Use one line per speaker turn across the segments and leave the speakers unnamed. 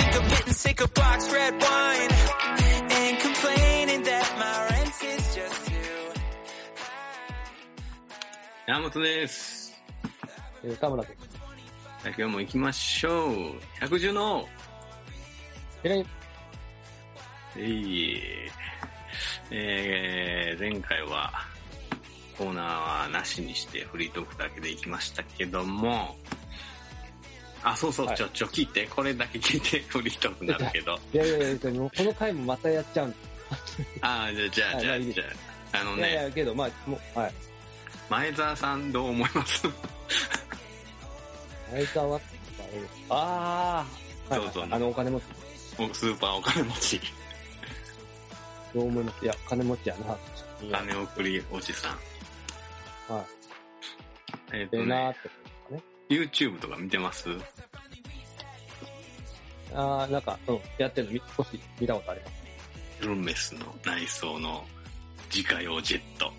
Take a box red wine and complaining that my rent is just too
山本です。
えー、田村です。
じゃあ今日も行きましょう。百獣の
えらい、
王、えいえー、前回はコーナーはなしにしてフリートークだけで行きましたけども、あ、そうそう、
はい
ちょ、ちょ、聞いて、これだけ聞いてフリートークになるけ ど。
いやいやいや、もうこの回もまたやっちゃうんで
あー、じゃあ、じゃあ、
はいまあいい
じゃあ、
です
じゃあ、あの
す。いやい
ね、
や、けど、まあ、もう、はい。
前澤さんどう思います
相沢は、ああ、はい
どうぞ
あの、お金持ち、
おスーパーお金持ち、
どう思いますいや、金持ちやな。
金送りおじさん。
は
えっ、
い。
と
でなー
ね
っ、て。
YouTube とか見てます
ああ、なんか、うん、やってるの見少し見たことあります。
ヘルメスの内装の自家用ジェット。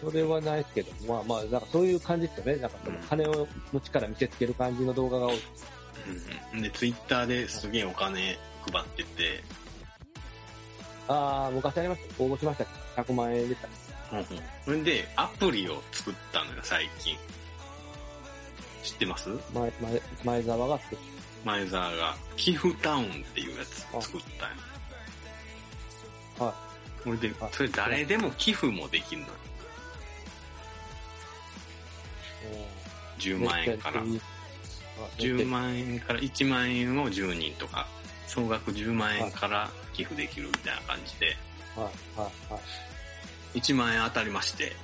それはないですけど、まあまあ、なんかそういう感じですよね。なんかその
うん
金を持ちから見せつける感じの動画が多い。
うん、で、ツイッターですげえお金配ってて、
ああ、昔ありました。応募しましたけど。100万円でした。
それでアプリを作ったのよ、最近。知ってます
前、前、前澤が作っ
前澤が。キフタウンっていうやつ作ったんよ。
は
それで
は、い
それ誰でも寄付もできるのよ。10
た。
万円から。
めっちゃいい。
10万円から1万円を10人とか、総額10万円から寄付できるみたいな感じで、
円。はい、はい、はい。
1万円当たりまして、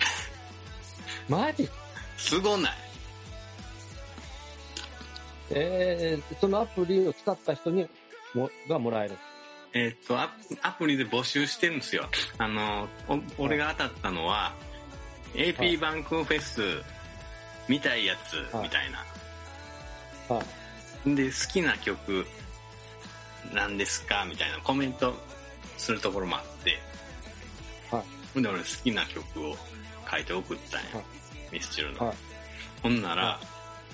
マジ
すごない
えー、そのアプリを使った人にもがもらえる。
えーっとアプ、アプリで募集してるんですよ。あの、お俺が当たったのは、AP バンクフェス見たいやつ
はい
みたいな。
は
で、好きな曲なんですかみたいなコメントするところもあって。
は
ほんで、俺好きな曲を書いて送ったんや。
はい
ミスチルの。
はい
ほんなら、
は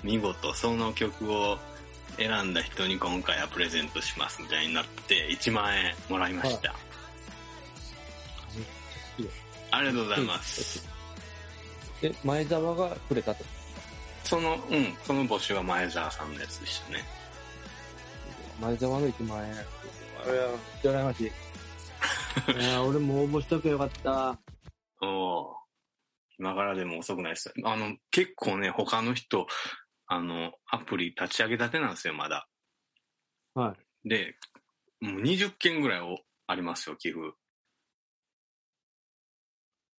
見事その曲を選んだ人に今回はプレゼントしますみたいになって1万円もらいました。
いよ
ありがとうございます。
で、前澤がくれたと。
その、うん、その募集は前澤さんのやつでしたね。
前澤の1万円。や、羨ましい。いや、俺も応募しとけばよかっ
おー今からでも遅くないです。あの、結構ね、他の人、あの、アプリ立ち上げたてなんですよ、まだ。
た。はい。
で、もう20件ぐらいおありますよ、寄付。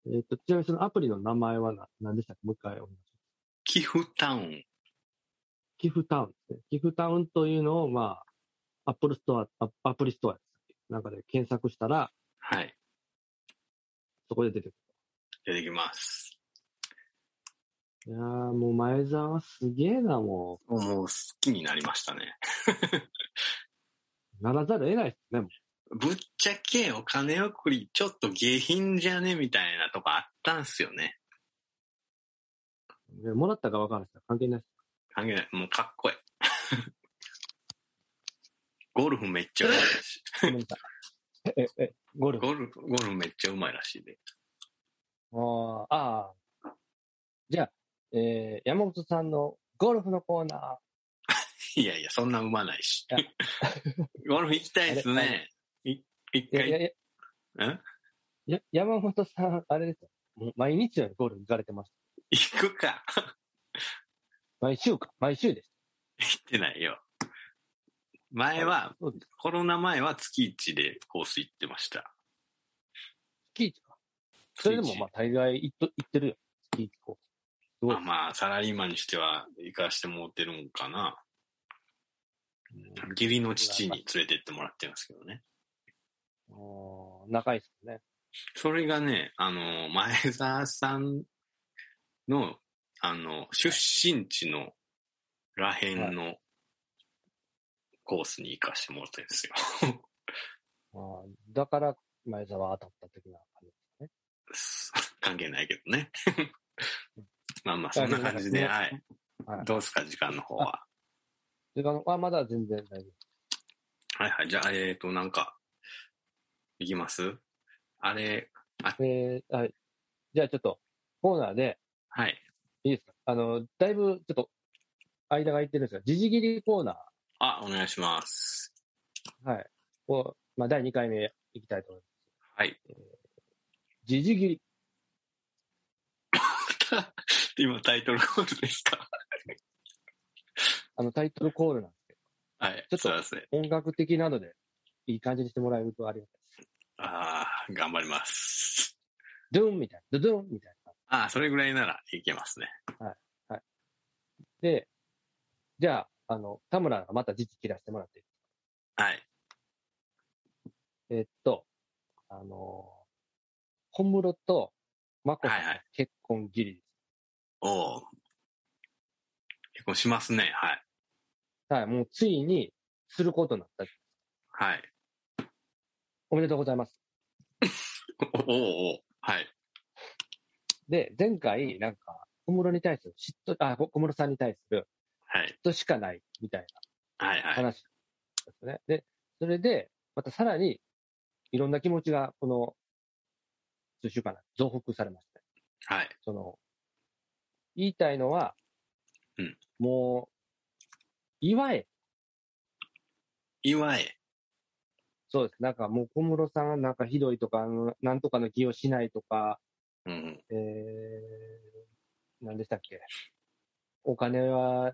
えっ、と、ちなみにそのアプリの名前はな何でしたっけもう一回お願いします。
寄付タウン。
寄付タウンですね。寄付タウンというのを、まあ、アップルストア、アアプリストアなんかで検索したら、
はい、
そこで出てく
出てきます。
る。いやーもう前澤すげえな、も
もうもう好きになりましたね。
う。ならざるを得ないですね、もう
ぶっちゃけお金送りちょっと下品じゃねみたいなとこあったんすよね。
ねもらったか分からないですから関係ないで
関係ない。もうかっこいい。 ゴルフめっちゃうまいらしい。
す。ごめんなさい。え、え、ゴルフ。
ゴルフ、ゴルフめっちゃうまいらしいで。
ああああ。じゃあ、えー、山本さんのゴルフのコーナ
いやいや、そんなうまないし
いや。
ゴルフ行きたいっす
あれあ
ね。い一
ー。いやいや
回、
いや
ん
いや、山本さん、あれですよ。もう毎日のようにゴルフ行かれてました。
行くか。行
毎週か。毎週です。
ってないよ。前は、
そうです。
コロナ前は月1でコース行ってました。
月一か。それでも
月一
まあ、大概行っと行ってるよ。月一こう。すごい
まあ。まあ、サラリーマンにしては行かしてもらってるんかな。義理の父に連れてってもらってますけどね。
うんあー仲いいですね。
それがね、あの、前澤さんの、あの、出身地のらへんのコースに行かしてもらってるんですよ。
あーだから、前澤当たった的な感じ。
関係ないけどね。 まあまあ、そんな感じで、はい。
はい
どうすか、時間の方は。
時間はまだ全然大丈
はいはい。じゃあ、えっ、と、なんか、いきますあれ、
夫。えー、はい。じゃあちょっと、コーナーで、
はい。
いいですかあの、だいぶちょっと、間が空いてるんですが、時事切りコーナ
あ、お願いします。
ー、はい。を、まあ、第2回目いきたいと思いま
はい。
す。時事切り。
今、タイトルコールですか
あの、タイトルコールなんで、
はい。
ちょっと
そうですね。
音楽的なので、いい感じにしてもらえるとありがたいです。
ああ、頑張ります。
ドゥンみたいな、ドゥドゥンみたいな。
ああ、それぐらいならいけますね。
で、じゃあ、あの、田村がまた時事切らせてもらっていい
はい。
えっと、あのー小室と眞子さん
はいはい
の結婚ギリです。
おお。結婚しますね。はい。
はい、もうついにすることになった。
はい。
おめでとうございます。
おおおおはい。
で、前回、なんか、小室に対する嫉妬、あ、小小室さんに対する
はい。
嫉妬しかないみたい
はい
な
はい。
話ですね。で、それで、またさらに、いろんな気持ちが、この、数週間で増幅されましたね。
はい。
その、言いたいのは、
うん
もう、祝え
祝え。
そうです。なんかもう小室さんはなんかひどいとか、あのなんとかの気をしないとか、
うん。
えー、何でしたっけ。お金は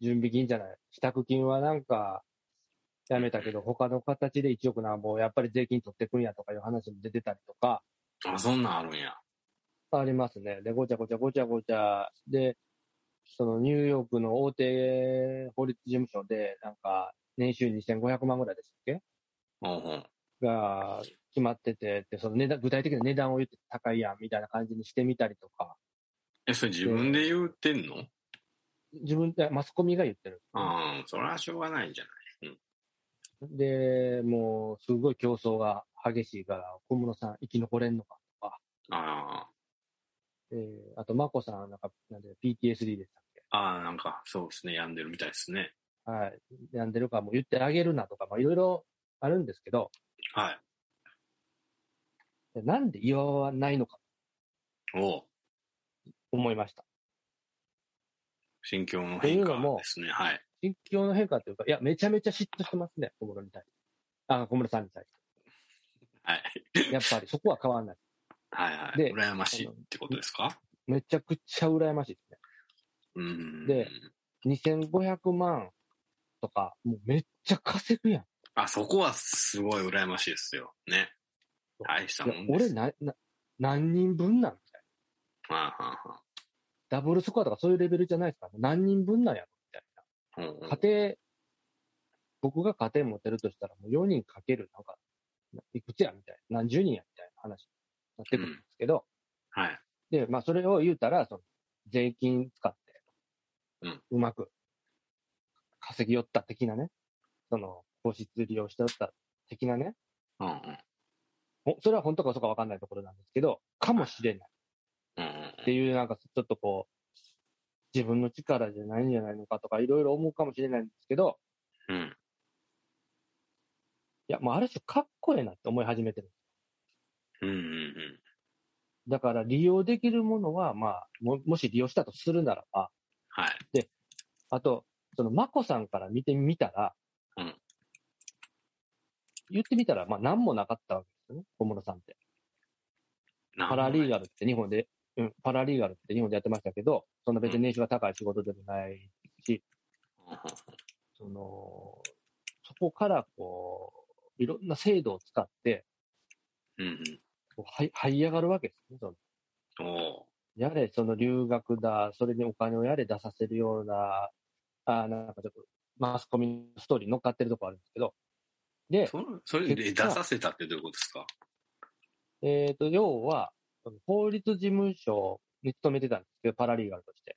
準備金じゃない。支度金はなんか、やめたけど、他の形で1億なんぼ、やっぱり税金取ってくんやとかいう話も出てたりとか、
あ、そんなんあるんや。
ありますね。で、ごちゃごちゃごちゃごちゃ、で、そのニューヨークの大手法律事務所で、なんか、年収2500万ぐらいでしたっけ
おうおう
が決まってて、でその値段具体的な値段を言って高いやんみたいな感じにしてみたりとか、
え、それ自分で言うてんの
自分で、マスコミが言ってる。
ああ、それはしょうがないんじゃない
で、もう、すごい競争が激しいから、小室さん生き残れんのか。
あ
えーあと、眞子さん、なんか、なんで、PTSD でしたっ
あ、ああ、なんか、そうですね。病んでるみたいですね。
けはい。病んでるからもう言ってあげるなとか、まあ、いろいろあるんですけど、
はい。
でなんで祝わないのか、
おう
思いました。
心境の変
と
化
いうのも
ですね。はい。
心境の変化というか、いや、めちゃめちゃ嫉妬してますね、小室に対して。あ、小室さんに対し
はい。
て。やっぱり、そこは変わんない。
はいはい。
で
羨ましいってことですか
めちゃくちゃ羨ましいですね。
うん。
で2500万とか、もうめっちゃ稼ぐやん。
あ、そこはすごい羨ましいですよ。ね。大した
いや
もんで
俺
す。
なな、何人分なんみたい
ああああ
な。ダブルスコアとかそういうレベルじゃないですから、何人分なんやろみたい
ああうんうん
な。家庭、僕が家庭持ってるとしたら、もう4人かける、なんか、いくつやみたいな。何十人やみたいな話になってくるんですけど、
はい。
で、まあ、それを言うたら、その、税金使って、
うん
まく、稼ぎ寄った的なね、その、皇室利用しておった的なね、
うんうん
ほそれは本当か嘘か分かんないところなんですけど、かもしれない
うん
っていう、なんかちょっとこう、自分の力じゃないんじゃないのかとか、いろいろ思うかもしれないんですけど、
うんうん。
いや、もうある種かっこええなって思い始めてる。
うんうんうん。
だから利用できるものは、まあ、ももし利用したとするならば、
はい。
あと、その、眞子さんから見てみたら、
うん
言ってみたら、まあ、何もなかったわけですよね、小室さんって。パラリー
ガ
ガルって日本で、うん、パラリーガルって日本でやってましたけど、そんな別に年収が高い仕事でもないその、そこからこう、いろんな制度を使って、
うん
こうはい、這い上がるわけですね。その
うん。お
やれ、その留学だ、それにお金をやれ出させるような、あーなんかちょっと、マスコミのストーリー乗っかってるとこあるんですけど、
ー
で、
そそれで出
結果
させたってどういうことですか
えっ、と、要は、その法律事務所に勤めてたんですけど、パラリーガルとして。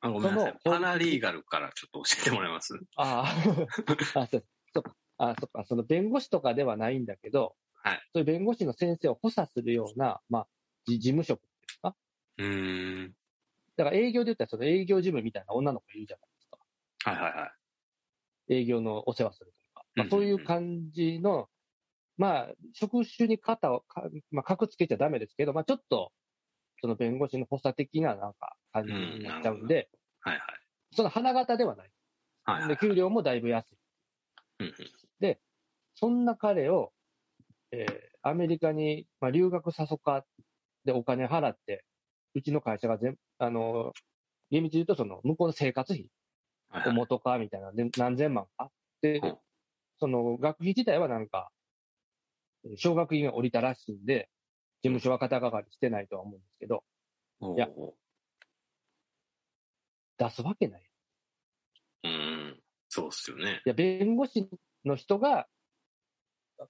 あごめんなさい。
その
パラリーガルからちょっと教えてもらいます
ああ、あ、そう、そっか、あ、そっか、その弁護士とかではないんだけど、
はい
そういう弁護士の先生を補佐するような、まあ、じ事務職。
うーん。
だから営業で言ったら、その営業事務みたいな女の子いるじゃないですか。
はいはいはい。
営業のお世話するとか、まあ、そういう感じの、まあ、職種に肩をか、まあ、格つけちゃダメですけど、まあ、ちょっと、その弁護士の補佐的ななんか感じになっちゃうんで、
はい
その花形ではない。
はい。はいは
で、
い。
給料もだいぶ安い。
うん
そんな彼を、えーアメリカに、まあ、留学さそかでお金払って、うちの会社が全、あのー、厳密に言うとその、向こうの生活費
はいは
を
い。
元かみたいな、で何千万か。で
うん、
その学費自体はなんか、奨学金が降りたらしいんで、事務所は肩代わりしてないとは思うんですけど、
お
いや
ー
出すわけない。
うん。そうっすよね。
いや、弁護士の人が、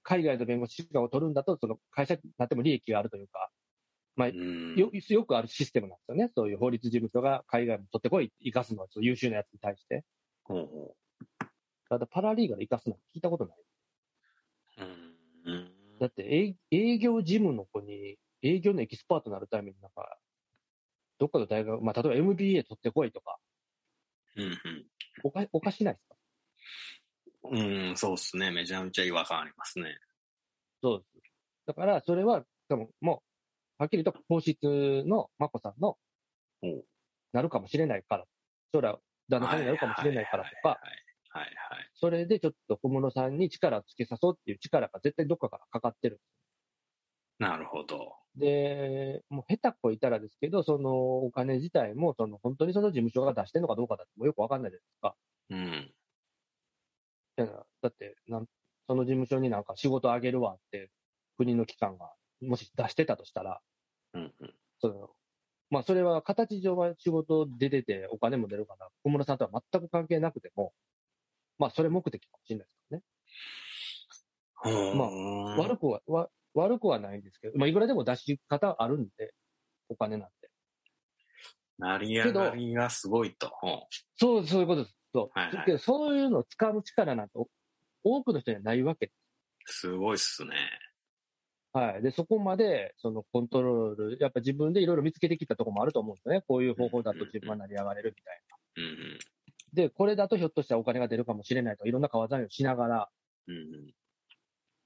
海外の弁護士資格を取るんだと、その会社になっても利益があるというか、
うん。
よよくあるシステムなんですよね。そういう法律事務所が海外も取ってこい、生かすのはその優秀なやつに対して。
ほうほ
ただパラリーガル生かすのは聞いたことない。
う。うん。
だって営営業事務の子に営業のエキスパートになるためになんか、どっかの大学、まあ、例えば MBA 取ってこいとか、
うん
おかおかしないですか
うん。うん、そうっすね。めちゃめちゃ違和感ありますね。
そうです。だから、それは、多分もう、はっきりと皇室の眞子さんの
おう、
なるかもしれないから、将来、旦那さんになるかもしれないからとか、
はいはい。
それでちょっと小室さんに力をつけさそうっていう力が絶対どっかからかかってる。
なるほど。
で、もう下手っこいたらですけど、そのお金自体も、その本当にその事務所が出してるのかどうかだってもうよくわかんないじゃ
うん。
ないですか。だからだってなん、その事務所になんか仕事あげるわって、国の機関が、もし出してたとしたら、
うんうん。
その、まあそれは形上は仕事出ててお金も出るから、小室さんとは全く関係なくても、まあそれ目的かもしれないですよね。まあ
あ
悪くは、わ悪くはないんですけど、まあいくらでも出し方あるんで、お金なんて。
成り上がりがすごいと。
そう、そういうことです。そう。
はいはい
だけど、そういうのを掴む力なんてお多くの人にはないわけ。
すごいっすね。
はい。で、そこまで、そのコントロール、やっぱ自分でいろいろ見つけてきたところもあると思うんですよね。こういう方法だと自分は成り上がれるみたい
うん
な。で、これだとひょっとしたらお金が出るかもしれないとか、いろんな川ざりをしながら、
うん。うん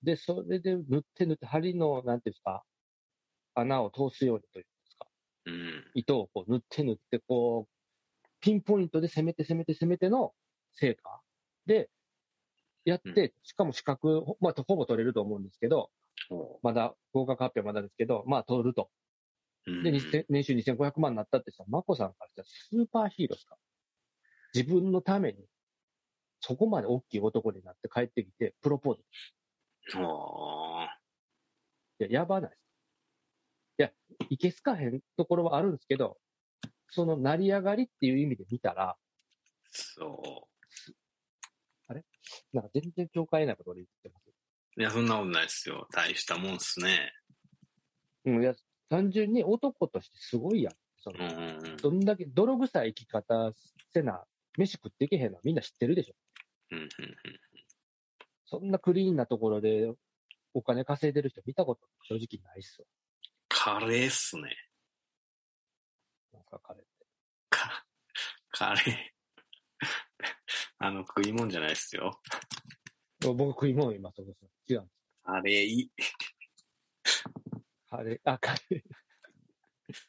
で、それで塗って塗って、針の、なんていうんですか、穴を通すようにというか、
うん。うん。
糸をこう塗って塗って、こう、ピンポイントで攻めて攻めて攻めての成果で、やって、しかも資格、ほまあ、ほぼ取れると思うんですけど、
ほ
まだ、合格発表まだですけど、まあ、取ると。
ううん
で、2000年収2500万になったってさ、マコさんからしたらスーパーヒーローですか自分のために、そこまで大きい男になって帰ってきて、プロポーズ。
ほ
いや、やばないです。いや、いけすかへんところはあるんですけど、その成り上がりっていう意味で見たら、
うそ
なんか全然境界ないこと俺言ってます。
う。いや、そんなことないっすよ。大したもんっすね。
うん、いや、単純に男としてすごいやん。そ
うん
の、
うんうん。
どんだけ泥臭い生き方せな、飯食っていけへんのはみんな知ってるでしょ。
うんうん
そんなクリーンなところでお金稼いでる人見たこと正直ないっすよ。
カレーっすね。
なんか彼。
か、カレー。 あの、食い物じゃないっすよ。
僕食い物今そうです。違うんです。
カレーいい。
カレー、あ、カレー。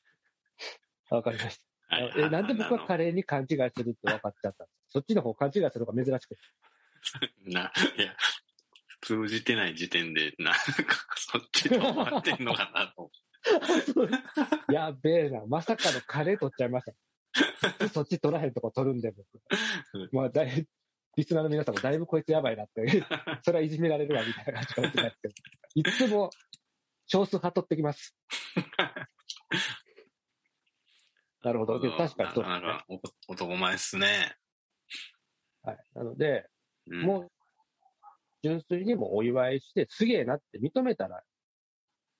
わかりました。
はい
え、なんで僕はカレーに勘違いするって分かっちゃったんですかそっちの方勘違いするのが珍しくて。
な、いや、通じてない時点で、なんか、 そっちと終わってんのかなと。
やっべえな、まさかのカレー取っちゃいました。そっち取らへんとこ取るんで、
うん
僕。まあ、だいリスナーの皆さんもだいぶこいつやばい なって、それはいじめられるわ、みたいな感じかもしれないですけど、いつも少数派取って きます。なるほど。で確かにそうです
な
ね
ん。か、お男前っすね。
はい。なので、
うん
もう、純粋にもうお祝いして、すげえなって認めたら、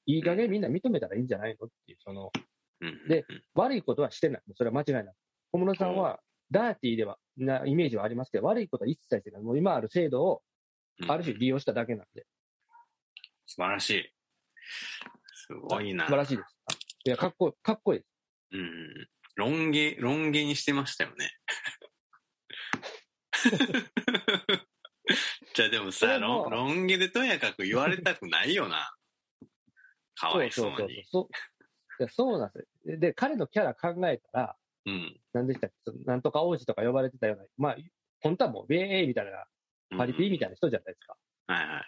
いい加減みんな認めたらいいんじゃないのっていう、その、
うんうんうん
で、悪いことはしてない。もうそれは間違いない。小室さんは、ダーティーでは、な、イメージはありますけど、悪いことは一切してない。もう今ある制度を、
うん
ある種利用しただけなんで、
素晴らしい。すごいな。
素晴らしいです。いや、かっこいい、かっこいいで
うん。ロン毛、ロン毛にしてましたよね。 じゃあでもさ、
でも
ロンロン毛でとやかく言われたくないよな。かわいそうに。
そうそうそうそういやそうなんですよ。で、彼のキャラ考えたら、
うん。
何でしたっけそのなんとか王子とか呼ばれてたような、まあ、本当はもう、ベーみたいな、パリピみたいな人じゃないですか。
な。はいはい。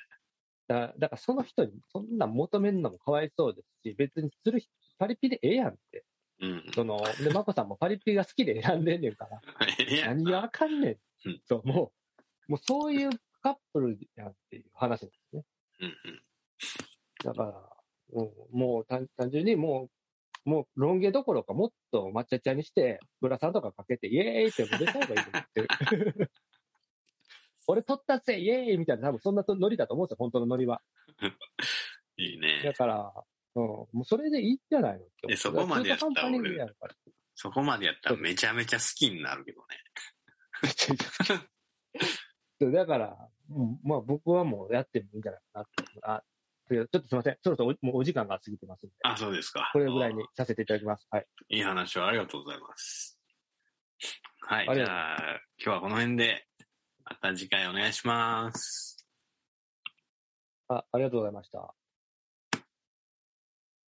だから、だからその人にそんなん求めるのもかわいそうですし、別にする人、パリピでええやんって。
うん。
その、で、マコさんもパリピが好きで選んでんねんから、
ええやん
何があかんね
うんん。
そう、もう、もうそういうカップルやんっていう話なんですね。
うん
だから、うん、もう単単純にもう、もうロン毛どころかもっと抹茶茶にして、グラサンとかかけて、イエーイって出た方がいいと 思ってる。俺取ったぜイエーイみたいな、多分そんなノリだと思うんですよ、本当のノリは。
うん。いい
だ
ね。
から、うん、もうそれでいいんじゃないのって思う
えそこまでやったら
中途半端にやるから。
そこまでやったらめちゃめちゃ好きになるけどね。
そう だから、うん、まあ僕はもうやってもいいんじゃないかなって。あ、ちょっとすいません。そろそろおもうお時間が過ぎてますんで、
あ、そうですか。
これぐらいにさせていただきます。はい。
いい話をありがとうございます。はい、
あ
じ
りがとう
ゃあ、今日はこの辺で、また次回お願いします。
あありがとうございました。